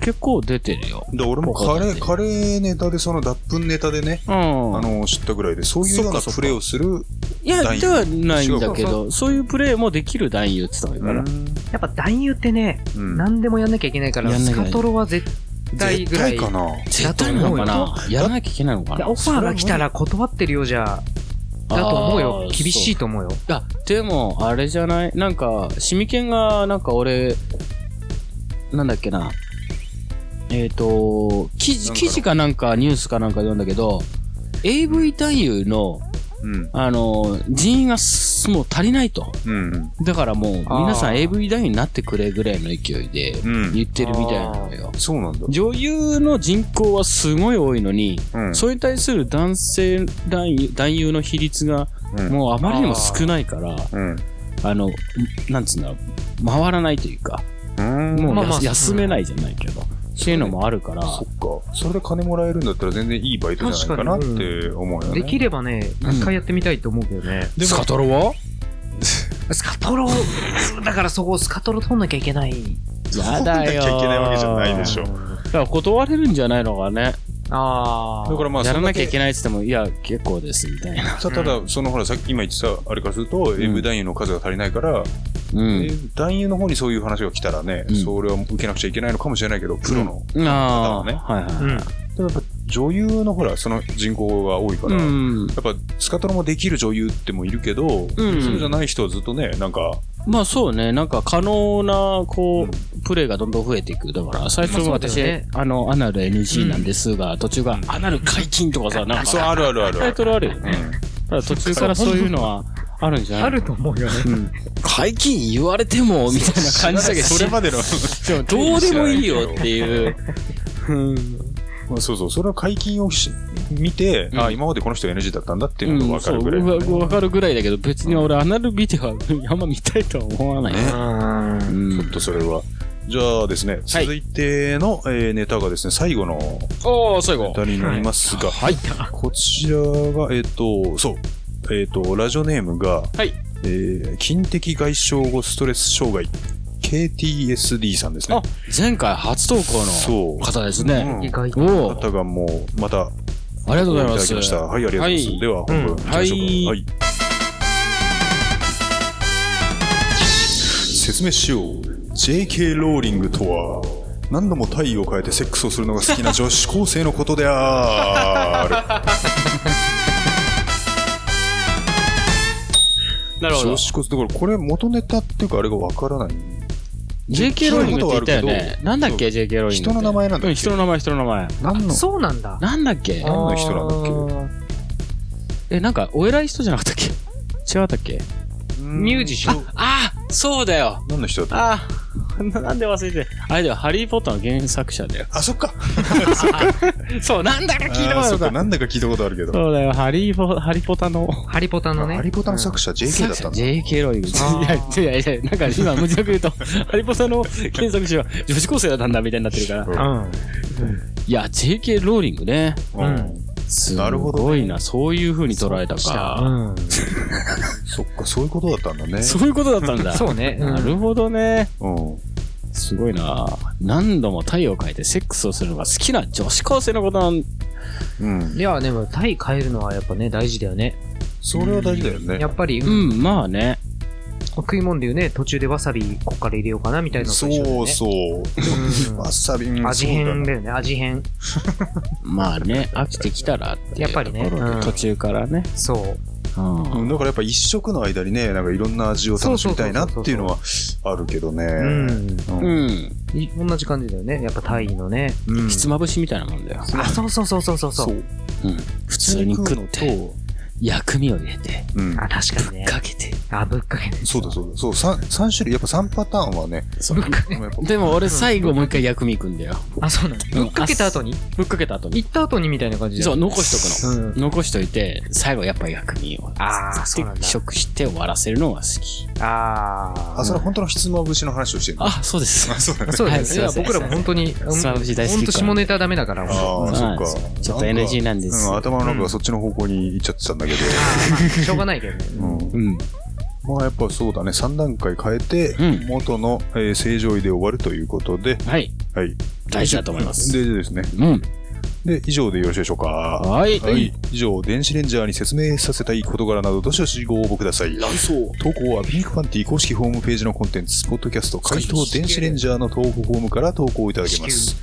S4: 結構出てるよ。
S3: で、俺もカレー、カレーネタで、その脱粉ネタでね、
S4: うん。
S3: あの、知ったぐらいで、そういうような
S4: そっかそっか
S3: プレーをする。
S4: いや、
S3: 男優
S4: ではないんだけ
S2: そうそ
S4: ど、そういうプレイもできる男優って言っ
S3: う
S4: てたから。
S3: ん
S2: やっぱ男優ってね、
S3: うん
S2: 何でもやんなきゃいけないから、
S4: やんな
S2: ス
S4: きゃいけな
S2: カ
S4: い
S2: トロは絶対ぐらい。
S3: 絶対かな。
S4: 絶対なのか
S2: だと
S4: なやらなきゃいけないのか
S2: いや
S4: な
S2: オファーが来たら断ってるようじゃ、だと思うよ。厳しいと思うよ。
S4: いや、でも、あれじゃないなんか、シミケンが、なんか俺、なんだっけな。えっ、と、記事、
S3: なんだろう
S4: 記事かなんかニュースかなんか読んだけど、AV 男優の、
S3: うん。
S4: あの、人員がすもう足りないと。
S3: うん。
S4: だからもう、
S2: あー
S4: 皆さん AV 男優になってくれぐらいの勢いで
S3: うん。
S4: 言ってるみたいなのよ。
S3: そうなんだ。
S4: 女優の人口はすごい多いのに、
S3: うん。
S4: それに対する男性男優男優の比率が
S3: うん。
S4: もうあまりにも少ないから、
S3: うん。
S4: あの、なんつうんだろう、回らないというか、
S3: うん。
S4: もうや、
S2: まあまあ
S4: 休めないじゃないけど、そういうのもあるから、
S3: そっか。それで金もらえるんだったら全然いいバイトじゃないかなって思うよ
S2: で
S3: ね。
S2: きればね、
S4: うん
S2: 一回やってみたいと思うけどね。
S4: スカトロは
S2: スカトロ、だからそこスカトロ取んなきゃいけない。
S3: そ
S4: やだよー。
S3: うなきゃいけないわけじゃないでしょ
S4: だから断れるんじゃないのかね。
S2: ああ。
S3: だからまあ、
S4: やらなきゃい
S3: け
S4: けないって言っても、いや、結構です、みたいな。
S3: たただ、そのほら、さっき今言ってた、あれからすると、
S4: ん
S3: AV 男優の数が足りないから、
S4: うん。
S3: AV 男優の方にそういう話が来たらね
S4: うん、
S3: それは受けなくちゃいけないのかもしれないけど、プロの。
S4: ああ、
S3: ね
S4: はいはい。
S2: うん。
S3: でもやっぱ、女優のほら、その人口が多いから、
S4: う
S3: やっ
S4: ん。
S3: ぱ、スカトロもできる女優ってもいるけど、
S4: うん
S3: そうじゃない人はずっとね、なんか、
S4: まあそうね、なんか可能な、こ
S3: うん
S4: う、プレイがどんどん増えていく。だから、最初は
S2: まあそう
S4: 私、
S2: だよね
S4: あの、アナル NG なんですが、途中がアナル解禁とかさ、なん
S3: そう、
S4: か、
S3: あるあるある
S4: タ
S3: あ
S4: イ
S3: る。
S4: トルあるよ
S3: う
S4: ね。
S3: ん
S4: ただ途中からそういうのはあるんじゃない
S2: あると思うよね。
S4: 解禁言われても、みたいな 感じだけど、
S3: それまでの、
S4: でもどうでもいいよっていう。
S3: まあそうそう、それを解禁をし見て、
S4: うん
S3: あ、今までこの人 NG だったんだっていうのが分かるぐらい
S4: うん
S3: の
S4: そうわ
S3: ね。
S4: わかるぐらいだけど、別に俺、アナルビデオはあんま見たいとは思わない。
S3: ね
S2: うん。
S3: ちょっとそれは。じゃあですね、
S4: はい
S3: 続いての、えーネタがですね、最後のネ
S4: おー、最後。
S3: タになりますが、
S4: はい。
S3: こちらが、えっ、と、そう、えっ、と、ラジオネームが、
S4: はい
S3: えー筋的外傷後ストレス障害、KTSD さんですね
S4: あ。、前回初投稿
S3: そ
S4: の
S3: う
S4: 方ですね。
S2: 意外と。
S4: おー、
S3: 方がもう、また、
S4: ありがとうございま
S3: ただき
S4: す。
S3: ました。はい、ありがとうございます。
S4: はい
S3: では、本文、行きましょうか
S4: うん
S3: はい。説明しよう。JK ローリングとは、何度も体位を変えてセックスをするのが好きな女子高生のことで あ
S4: な
S3: る。
S4: るほど
S3: 女。子高生、だからこれ元ネタっていうかあれがわからない。
S4: JK ローリングって言ったよね。なんだっけ、JK ローリングって。
S3: 人の名前なんだっけ
S4: うん、人の名前、人の名前。
S3: 何の
S2: そうなんだ。
S4: なんだっけ
S3: 何の人なんだっけ
S2: だっ
S4: え、なんか、お偉い人じゃなかったっけ違うだっけ
S2: ミュージシャン
S3: ン。
S4: ああそうだよ
S3: 何の人だった
S4: あなんで忘れてあれだよ、ハリー・ポッターの原作者だよ。
S3: あ、そっか。
S4: そう、なんだか聞いた
S3: あーそっ
S4: ことあ
S3: か。
S4: る。
S3: なんだか聞いたことあるけど。
S4: そうだよ、ハリーポ・ハリポタの。
S2: ハリポタのね。
S3: ハリポタの作者 JK だったんだ。
S4: JK ロイグ。いや、
S2: あ
S4: いやいや、なんか今、無邪気言うと、 ハリポタの検索者は女子高生だったんだみたいになってるから。
S2: うん。うん。
S4: いや、JK ローリングね。
S3: う
S2: うん
S3: ん。
S4: す
S3: なるほどね
S4: ごいな、そういう風に捉えた
S2: うん。
S4: か。
S3: そっか、そういうことだったんだね。
S4: そういうことだったんだ。
S2: そうね。うん
S4: なるほどね。
S3: うん。
S4: すごいな。何度も太陽を変えてセックスをするのが好きな女子高生のことなん
S3: うん。
S2: いや、でも、タイ変えるのはやっぱね、大事だよね。
S3: それは大事だよね
S2: や。っぱり、う
S4: うんん、まあね。
S2: 食い物で言うね、途中でわさび、こっから入れようかな、みたいなのと一緒だよ
S3: そう
S2: ね。
S3: そう。
S2: うん
S3: わさび、うん
S2: 味変だよね、味変。
S4: まあね、飽きてきたらっていう
S2: や
S4: と
S2: っ
S4: こ
S2: ぱり
S4: ろで、
S2: ねうん
S4: 途中からね。
S2: そう。
S4: うん
S3: うんだからやっぱ一食の間にね、なんかいろんな味を楽しみたいなっていうのはあるけどね。
S2: うん。
S3: うん
S4: うん。
S2: い同じ感じだよね。やっぱタイのね。うん
S4: ひつまぶしみたいなもんだよ。
S2: あ、そうそうそうそうそう。
S3: そう。
S4: うん。普通に食って、薬味を入れて、
S3: うん。
S2: あ、確かにね。
S4: かけて。
S2: あ、ぶっかけね。
S3: そうだそうだ。そう、三三種類、やっぱ三パターンはね。
S4: そう
S3: やっぱ
S4: でも俺最後もう一回薬味いくんだよ。
S2: あ、そうなんだ。
S4: うん
S2: ぶっかけた後に
S4: ぶっかけた後に。
S2: 行った後にみたいな感じだ
S4: そう、
S2: よね。
S4: 残しとくの。
S2: うん
S4: 残しといて、最後やっぱ薬味を。
S2: あーそうなん
S4: で、
S2: だ
S4: 食して終わらせるのが好き。
S2: あ
S3: あ、それは本当のひつまぶしの話をしてるの
S4: あ、そうです。
S3: あ、 そうだね。
S2: そう
S4: は
S2: で
S4: い
S2: す
S4: すい
S2: ね。い
S4: ま
S2: や
S4: せん
S2: 僕らも本当に、
S4: すいま
S2: う
S4: せん
S2: ん本当下ネタダメだから。
S3: あ
S2: 俺
S3: あー、
S4: そうなん
S3: そっ
S4: で
S3: か
S4: す。ちょっと
S3: なんか
S4: NG なんです。
S3: うん、頭の中がそっちの方向に行っちゃってたんだけ
S2: あーまあしょうがないけどね。
S3: ど。うん
S4: うん。
S3: まあやっぱそうだね、3段階変えて
S4: うん、
S3: 元の、えー正常位で終わるということで、
S4: はい。
S3: はい。
S4: 大事だと思います。
S3: ででですね。
S4: うん。
S3: で、以上でよろしいでしょうか。は
S4: はい。
S3: い。以上、電子レンジャーに説明させたい事柄など、どしどしご応募ください。
S4: 卵巣。
S3: 投稿はピンクパンティ公式ホームページのコンテンツ、ポッドキャスト、回答電子レンジャーの投稿フォームから投稿いただけます。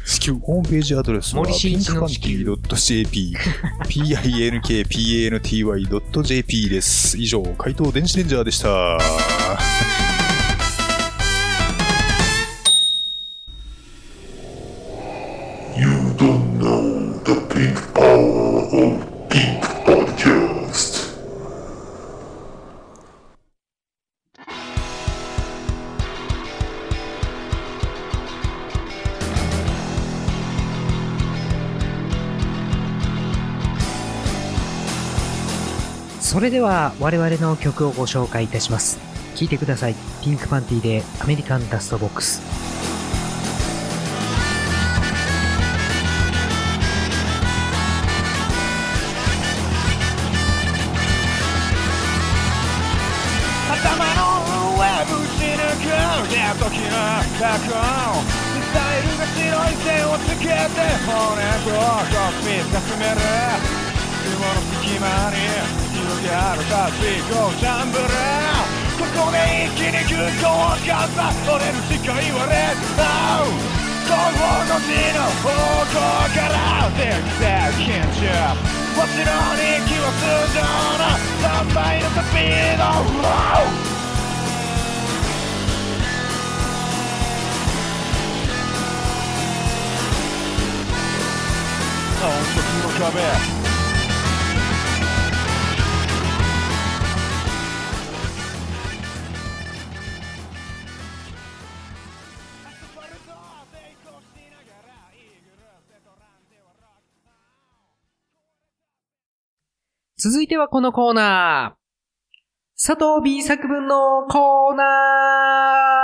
S3: ホームページアドレスは、
S2: 森
S3: ピ
S2: 進
S3: ン
S2: 一
S3: クパン
S2: の
S3: テ
S2: 地球
S3: ィ .jp、pinkpanty.jp です。以上、回答電子レンジャーでした。
S1: You don't know the big power of Pink Podcast.
S2: それでは我々の曲をご紹介いたします。聴いてください。ピンクパンティでアメリカンダストボックス。
S5: 頭の上ぶち抜くやときの過去ミサイルが白い線をつけて骨とコッピーかすめる雲の隙間に広がるパシーゴーシャンブルここで一気に空港をかっぱ俺の視界はレッド東方の地の方向から適正禁止わしの人気は通常の3倍のスピード Wow! 音色の壁
S2: 続いてはこのコーナー。佐藤 B 作文のコーナ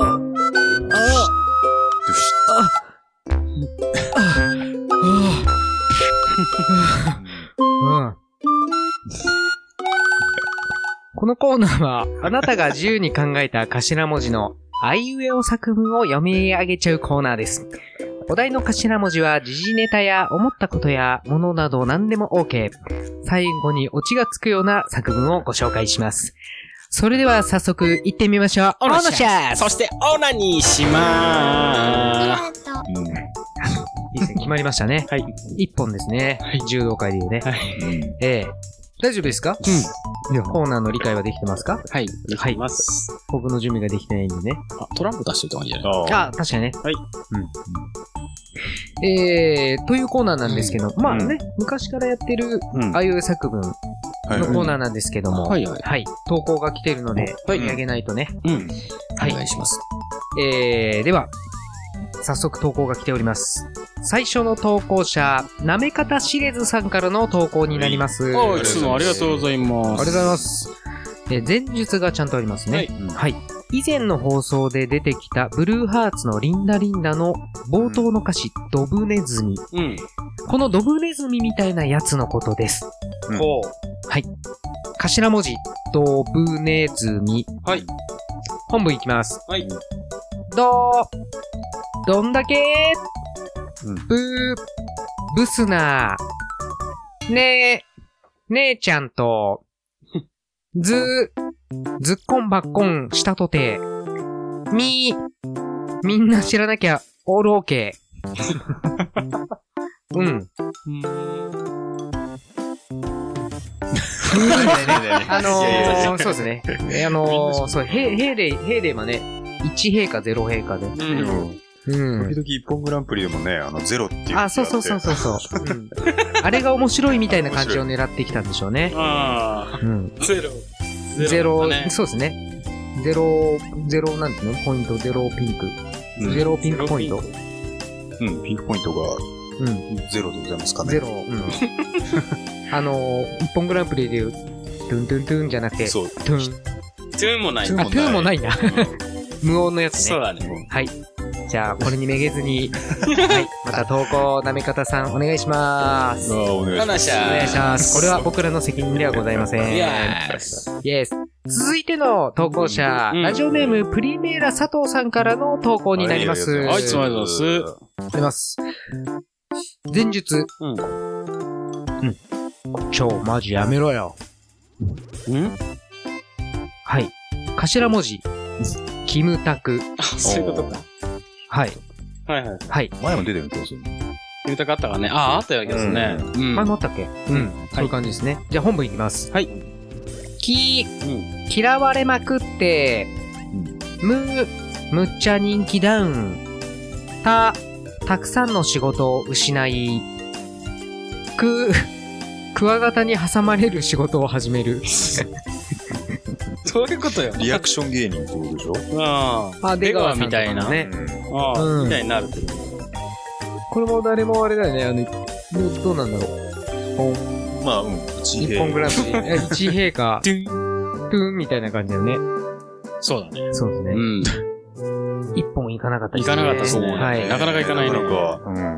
S2: ーうんこのコーナーは、あなたが自由に考えた頭文字のあいうえお作文を読み上げちゃうコーナーです。お題の頭文字は、時事ネタや思ったことやものなど何でも OK。最後にオチがつくような作文をご紹介します。それでは早速行ってみましょう。オノシャー
S4: そして、オナニーしま
S2: いいですね、決まりましたね
S4: ー。。はい。
S2: 一本ですね。柔道界で言うね。
S4: はい。
S3: うん
S2: ええ大丈夫ですかうん。コーナーの理解はできてますか
S4: はい。
S2: はい
S4: ます。
S2: 僕の準備ができてないんでね。
S4: あ、トランプ出しといた方がいいんじゃない
S3: あ
S2: あ、確かにね。
S4: はい。
S2: うん。えー、というコーナーなんですけど、まあね、昔からやってる
S3: うん
S2: ああいう作文、
S3: はい
S2: のコーナーなんですけども、
S4: はいはい
S2: 投稿が来ているので、
S4: はい
S2: 取り上げないとね。
S4: うん。
S2: は
S4: お願いします。
S2: えー、では、早速投稿が来ております。最初の投稿者、なめかたしれずさんからの投稿になります。
S4: ああ、
S3: い
S4: い
S3: つ
S4: つ
S3: も
S4: も
S3: あ
S4: あ
S3: り
S4: り
S3: がと
S4: がと
S3: う
S4: う
S3: ご
S4: ございま
S2: ありが
S4: す。
S2: とうございます。えー前述がちゃんとありますね。は
S4: はい
S2: い。以前の放送で出てきたブルーハーツのリンダリンダの冒頭の歌詞、ドブネズミ。
S4: うん。
S2: このドブネズミみたいなやつのことです。
S3: うん
S2: ほうはい。頭文字、ドブネズミ。
S4: はい。
S2: 本文いきます。
S4: はい。
S2: どー、どんだけー、
S3: うん
S2: ぶー、ブスなー、ねえ、姉ちゃん と、ずー、ずっこんばっこんしたとて、みー、みんな知らなきゃ、オールオーケ ー。うん。あのー、そうですね。えあのー、そう、平平で、平で今ね、1平か0平かで。
S4: うん。
S2: うん
S3: 時。々一本グランプリでもね、あの、ゼロっていう日があって。
S2: あ、そうそうそうそうそう。うんあれが面白いみたいな感じを狙ってきたんでしょうね。
S4: あ
S2: うん。
S4: あ、ゼロ。
S2: ゼロ
S4: だね、
S2: そうですね。ゼロ、ゼロなんていうのポイント、ゼロピンク。
S3: うん
S2: ゼロピンクポイント。
S3: うん、ピンクポイントが
S2: うん。
S3: ゼロでございますかね。
S2: ゼロ。うん。あのー、一本グランプリでいう、トゥントゥントゥンじゃなくて、ト
S3: そう。
S2: ゥン。
S4: トゥーンもない
S3: トゥーン
S2: あ、
S3: も
S2: ト
S3: ない
S2: ゥンもないな。無音のやつ
S4: そう
S2: ね。
S4: だね。
S2: はい。じゃあ、これにめげずに、はい。また投稿、なめ方さん、お願いします。
S3: ああ、お願いします。
S4: 話
S2: お願いします。これは僕らの責任ではございません。
S4: いやー
S2: イエス。続いての投稿者、
S4: うん
S2: ラジオネームプリメーラ佐藤さんからの投稿になります。
S3: は
S4: あいつもありがとうございま
S2: あ
S4: す。
S2: りがとうございます。前述。
S4: うん
S2: うん。ちょ、マジやめろよ。
S4: うん
S2: はい。頭文字、キムタク。
S4: あ、そういうことか。
S2: はい。
S4: はいはい。
S2: はい。
S3: 前も出てる気がする。
S4: 見たかったかね。ああ、あったような気がするね。うん
S2: 前もあったっけうん。そういう感じですね。じゃあ本文いきます。
S4: はい。
S2: き嫌われまくって、む、むっちゃ人気ダウン。た、たくさんの仕事を失い、く、クワガタに挟まれる仕事を始める。
S4: どういうことよ。
S3: リアクション芸人ってことでしょ
S4: ああ。
S2: あ出
S4: 出
S2: 川
S4: 川
S2: さん
S4: み
S2: と
S4: た
S2: か
S4: い
S2: も
S4: な。
S2: ね
S4: ああ、
S2: うん
S4: みたいになるってこ
S2: これも誰もあれだよね、あの、どうなんだろう。
S3: まあ、うん。
S2: 日本グランプリ。1陛 下、
S4: と。
S2: トゥーンみたいな感じだよね。
S4: そうだね。
S2: そうですね。
S4: ん。
S2: 一本いかなかった
S4: 行かなかったですね。
S2: は。
S4: ないかなか行かないね。
S3: なかな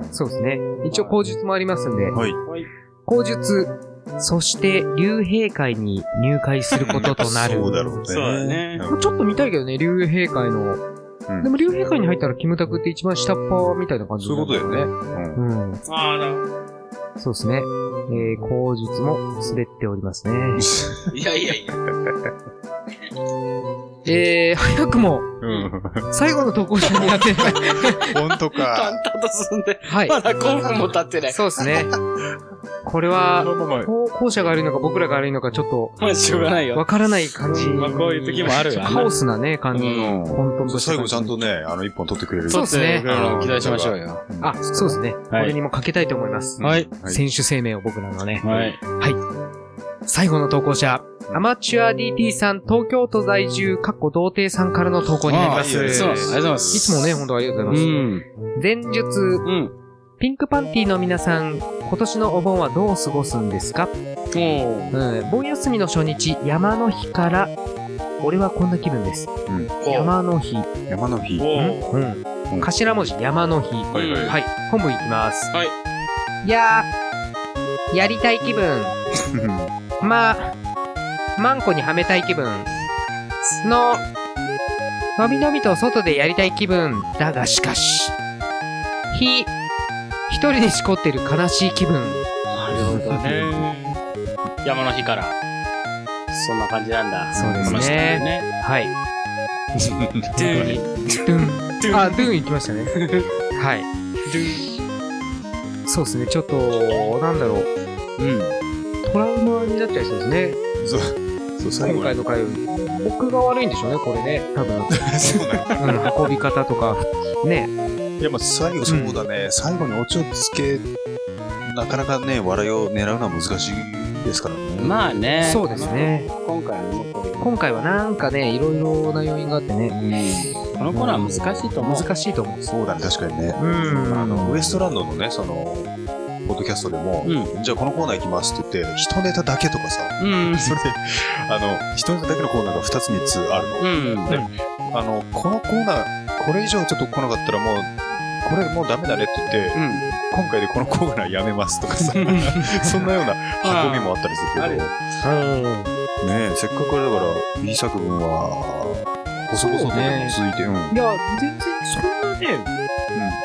S3: か。
S2: そうですね。一応口述もありますんで。
S3: はい
S4: はい
S2: 口述、そして、竜兵会に入会することとなる。
S3: そうだろうね。
S4: そうだね
S3: ん
S2: ちょっと見たいけどね、竜兵会の。
S3: うん
S2: でも竜兵会に入ったらキムタクって一番下っ端みたいな感じになるん
S3: そういう
S2: ね。
S3: う
S2: う
S3: ん
S2: ん。
S4: ああ、だ
S2: そうですね。えー、口述も滑っておりますね。
S4: いやいやい や。
S2: えー、早くも、
S3: うん。
S2: 最後の投稿者になって、
S3: 本当か。
S4: 淡々と進んで、
S2: はい。
S4: まだ5分も経ってない。
S2: そうですね。これは、
S3: まあまあ
S2: 投稿者が悪いのか僕らが悪いのかちょっと、
S4: まあ、しょうがない
S2: わ
S4: よ。
S2: からない感じ。
S4: まあこういう時もあるわな
S2: カオスなね、
S4: う
S2: 感じの。
S4: ん。
S2: 混沌とした
S3: 最後
S2: 感じ
S3: ちゃんとね、あの、一本取ってくれる。
S2: そうですね
S4: あの、期待しましょうよ。
S3: うん。
S2: あ、そうですね。こ
S4: はい
S2: れにもかけたいと思います。
S4: はい。
S3: はい
S2: 選手生命を僕らのね。
S4: はい。
S2: 最後の投稿者、アマチュア DT さん、東京都在住、かっこ童貞さんからの投稿になります。
S3: ああい
S2: い
S3: いです
S4: そう、ありがとうございま
S2: つ
S4: す。
S2: もね、本当ありがとうございます。
S4: ん。
S2: 前述、
S4: うん。
S2: ピンクパンティの皆さん、今年のお盆はどう過ごすんですか
S4: も
S2: うん、盆休みの初日、山の日から、俺はこんな気分です。
S4: う、
S2: 山の日。
S3: 山の 日。
S4: お
S2: うん。頭文字、山の日。
S3: はいはい
S2: はい、本部いきます。。
S4: はい
S2: やー、やりたい気 分。まあ、マンコにはめたい気分。の、のびのびと外でやりたい気分。だがしかし、ひ、一人でしこってる悲しい気分。なるほど
S4: へ。ー山の日から。そんな感じなんだ。
S2: そうですね
S4: この人ね。
S2: はい。
S4: ドゥーン
S2: ドゥン。
S4: ドゥン
S2: あ、ドゥン行きましたね。はい。そうですね、ちょっと、なんだろう。
S4: うん。
S2: トラウマになっちゃいそうですね。
S3: そう、そう、最
S2: 今
S3: 後
S2: 回
S3: に。
S2: の回より。僕が悪いんでしょうね、これね。多分。
S3: そうだね
S2: うん、運び方とか、 ね。
S3: いや、まあ、最後、そうだね。最後にオチをつけ、なかなかね、笑いを狙うのは難しい。ですからね。
S4: まあね。
S2: そうですね。
S4: 今回はねこういう
S2: 今回はなんかね、いろいろな要因があってね、
S4: うんこのコーナー難しいと思う。
S2: 難しいと思う。
S3: そうだね、確かにね。
S2: うん。
S3: あの、ウエストランドのね、その、ポッドキャストでも、
S4: う
S3: じゃあこのコーナー行きますって言って、一ネタだけとかさ、
S4: うん。う ん。
S3: それで、あの、一ネタだけのコーナーが2つ3つあるの。
S4: うん。
S3: あの、このコーナー、これ以上ちょっと来なかったらもう、これもうダメだねって言って、今回でこのコーナーやめますとか さ、そんなような運びもあったりするけど、
S4: あるよ
S3: ねえ、せっかくあれだから B 作文は、細々と続いて、うん。
S2: いや、全然そんなね、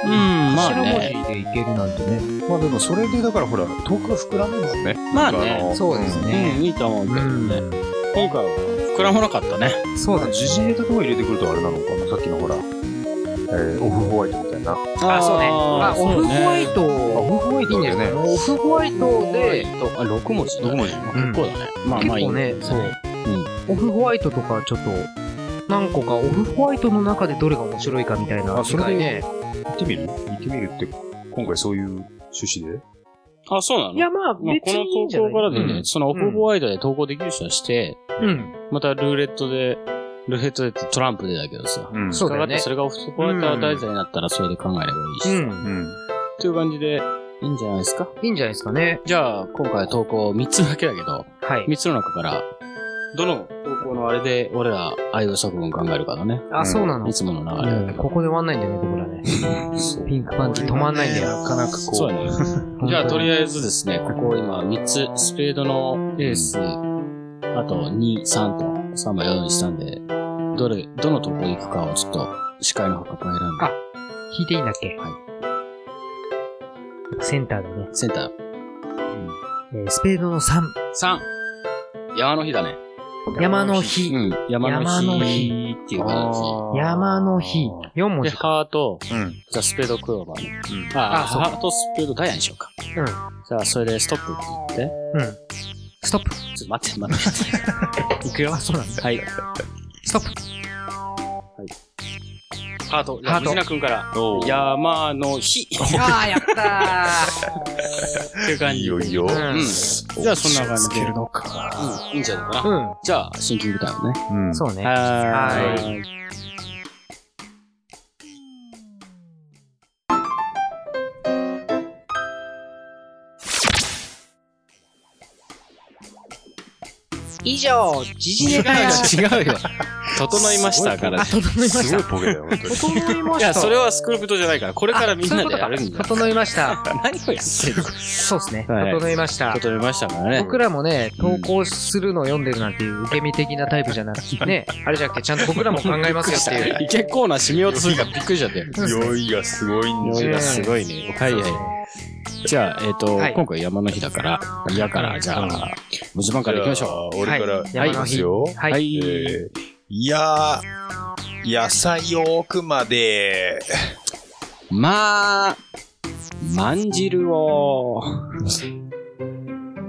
S4: うん。うん。まあ
S2: 頭文字
S4: ね。
S2: でいけるなんてね。
S3: まあでもそれでだからほら、遠くが膨らむもんね。
S4: まあ
S3: なんか
S4: ね。
S3: の
S2: そうですね。
S4: うん、いいと思うけどね。今回は膨らまなかったね。
S2: そうだね。
S3: 時事ネタとか入れてくるとあれなのかなさっきのほら、えーオフホワイトみたいな。
S2: あ、そうね。まあ、オフホワイト、
S3: フホワイ
S2: いいんだよね。オフホワイトで、
S4: あ、6文字だ
S3: 6
S4: ね。
S3: 文字。
S2: うん
S4: 結構だね。まあまあ
S2: 結
S4: いい
S2: 構
S4: んだ
S2: ね
S4: け、ど。
S2: そう。オフホワイトとかちょっと、何個かオフホワイトの中でどれが面白いかみたいな
S3: あそれで
S2: 世界ね。
S3: 行ってみる行ってみるって、今回そういう趣旨で
S4: あ、そうなの
S2: いや、まあ、
S4: まあ
S2: 別
S4: こ
S2: にいいん
S4: の
S2: じゃな
S4: 投
S2: い
S4: 稿からで
S2: う
S4: ね、
S2: ん
S4: そのオフホワイトで投稿できる人はして、
S2: うん。
S4: またルーレットで、ルーレットでってトランプでだけどさ。
S3: うん
S2: そうだよね
S4: 引っかかってそれがオフホワイト題材になったらそれで考えればいいし。
S2: う
S4: っ
S2: ん。
S3: うん。
S4: ていう感じで、いいんじゃないですか
S2: いいんじゃないですかね。
S4: じゃあ、今回投稿3つだけだけど、
S2: はい。
S4: 3つの中から、どの投稿のあれで俺ら愛用作文考えるかだね。
S2: あ、そうなの
S4: い。つもの流れだ
S2: う
S4: け
S2: ん
S4: ど。
S2: ここで終わんないんだよね、僕らね。ピンクパンチ止まんないんだよ。
S3: なかなかこう。
S4: そうやね。 じゃあ、とりあえずですね、ここ今3つ、スペードのエース、あと2、3と3枚用意したんで、どれ、どのとこ行くかをちょっと、視界の墓パ選んで
S2: あ、弾いていいんだっけ
S4: は
S2: センターでね、
S4: センター、
S2: えースペードの3、
S4: 3、山の日だね。
S2: 山の
S4: う
S2: 日、
S4: ん、山の
S2: 山の
S4: 日
S2: 日
S4: っていう形。
S2: 山の日、4文
S4: で、
S2: 字か。
S4: ハート、
S3: うん。
S4: じゃあスペードクローバーね。
S3: うん
S4: あ、
S2: あそう
S4: ハート、スペードダイヤにしようか。
S2: うん
S4: じゃあ、それでストップって言って。
S2: うん。ストップ。
S4: ちょっと待って、待っ て。
S2: いくよ。そうなんだ。
S4: はい。
S2: ストップ。
S4: ハート。じゃあ、
S2: ハート
S4: 藤名くんから。
S3: おう
S4: 山の日。 っ
S2: ああ、やった
S4: ていう感じ。
S3: いいよいいよ。
S2: ー。
S4: うん。じゃあそんな感
S3: つ
S4: じで
S3: けるのか。
S4: うん、いいんじゃないかな。
S2: うん。
S4: じゃあ、シンキングタイムね。
S3: う
S2: うんん。そうね。
S4: は
S2: ー
S4: い。
S2: 以上、時事ネタや。
S4: 違うよ。 整いましたから。
S2: 整いまし
S3: すごい
S2: た。
S3: ポケだよ、本当に。
S2: 整いまし
S4: い
S2: た。
S4: や、 それ
S2: を
S4: はスクリプトじゃないから、これからみんなでやるんだよ。
S2: 整いました。
S4: 何をやってる
S2: そうですね。
S4: はい
S2: 整いました。
S4: 整いましたからね。
S2: 僕らもね、投稿するのを読んでるなんていう受け身的なタイプじゃなくて、ね、あれじゃなくて、ちゃんと僕らも考えますよって いう。
S4: いけコーナー締めようとするからびっくりしちゃって。
S3: 酔いがすごいん
S2: 酔いがすご
S4: いね。はい
S2: そうで
S4: は
S2: すね
S4: い。じゃあ、えっと
S2: は、い
S4: 今回山の日だから、嫌から、じゃあ、文字盤から行きましょ
S3: う。俺から、
S2: はい
S3: やりますよ。
S4: う。
S2: は。
S4: はいい。
S3: えーいやー、野菜を奥まで。
S4: まあ、まんじるを。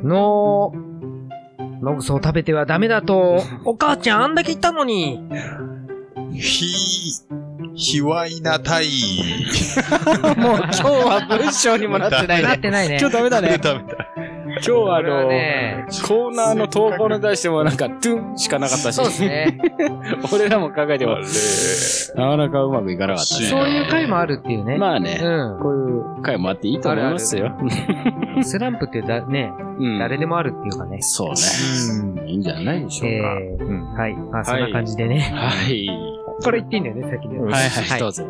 S2: の、ノグソを食べてはダメだと、お母ちゃんあんだけ言ったのに。
S3: ひ、ひわいなたい。
S4: もう今日は文章にもなってない
S2: なっ
S4: ね。
S2: てないね。
S4: 今日ダメだね。
S3: 食べた。
S4: 今日はあ
S2: これは
S4: の、
S2: ね、
S4: コーナーの投稿に対してもなんか、トゥンしかなかったし、
S2: そう ですね。
S4: 俺らも考えて
S3: あ
S4: も、
S3: れ
S4: なかなかうまくいかなかったね。
S2: そういう回もあるっていうね。
S4: まあ
S2: う
S4: ね、
S2: ん。
S4: こういう回もあっていいと思いますよ。
S2: スランプってだね、
S4: うん
S2: 誰でもあるっていうかね。
S4: そうね。いいんじゃないでし
S2: え
S4: ょう
S2: ー
S4: か。
S3: ん
S2: はい。まあそんな感じでね。
S4: はい。
S2: これ言っていいんだよね、先に。
S4: はいはい、どうぞ。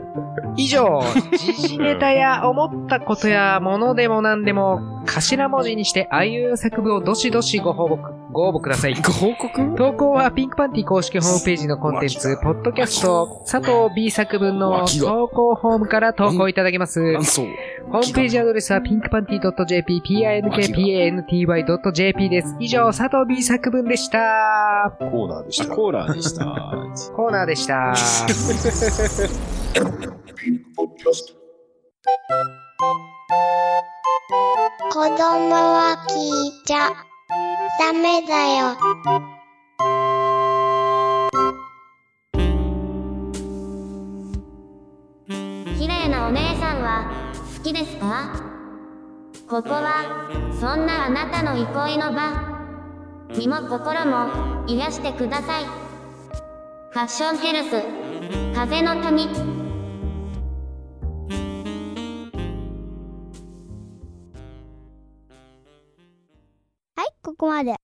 S2: 以上、時事ネタや思ったことやものでも何でも頭文字にしてあいうえお作文をどしどしご報告、ご応募ください。
S4: ご報告
S2: 投稿はピンクパンティ公式ホームページのコンテンツ、ポッドキャスト、佐藤 B 作文の
S4: 脇が
S2: 投稿フォームから投稿いただけます。
S4: 感想。
S2: ホームページアドレスは pinkpanty.jp、pinkpanty.jp です。以上、佐藤 B 作文でした。
S3: コーナーでし
S4: あ
S3: た。
S4: コーラでした。
S2: コーナーでした。
S1: Podcast.
S6: 子供は聞いちゃダメだよ。綺麗なお姉さんは好きですか
S7: ここは、そんなあなたの憩いの場。身も心も、癒してください。ファッションヘルス、風の谷。
S6: はい、ここまで。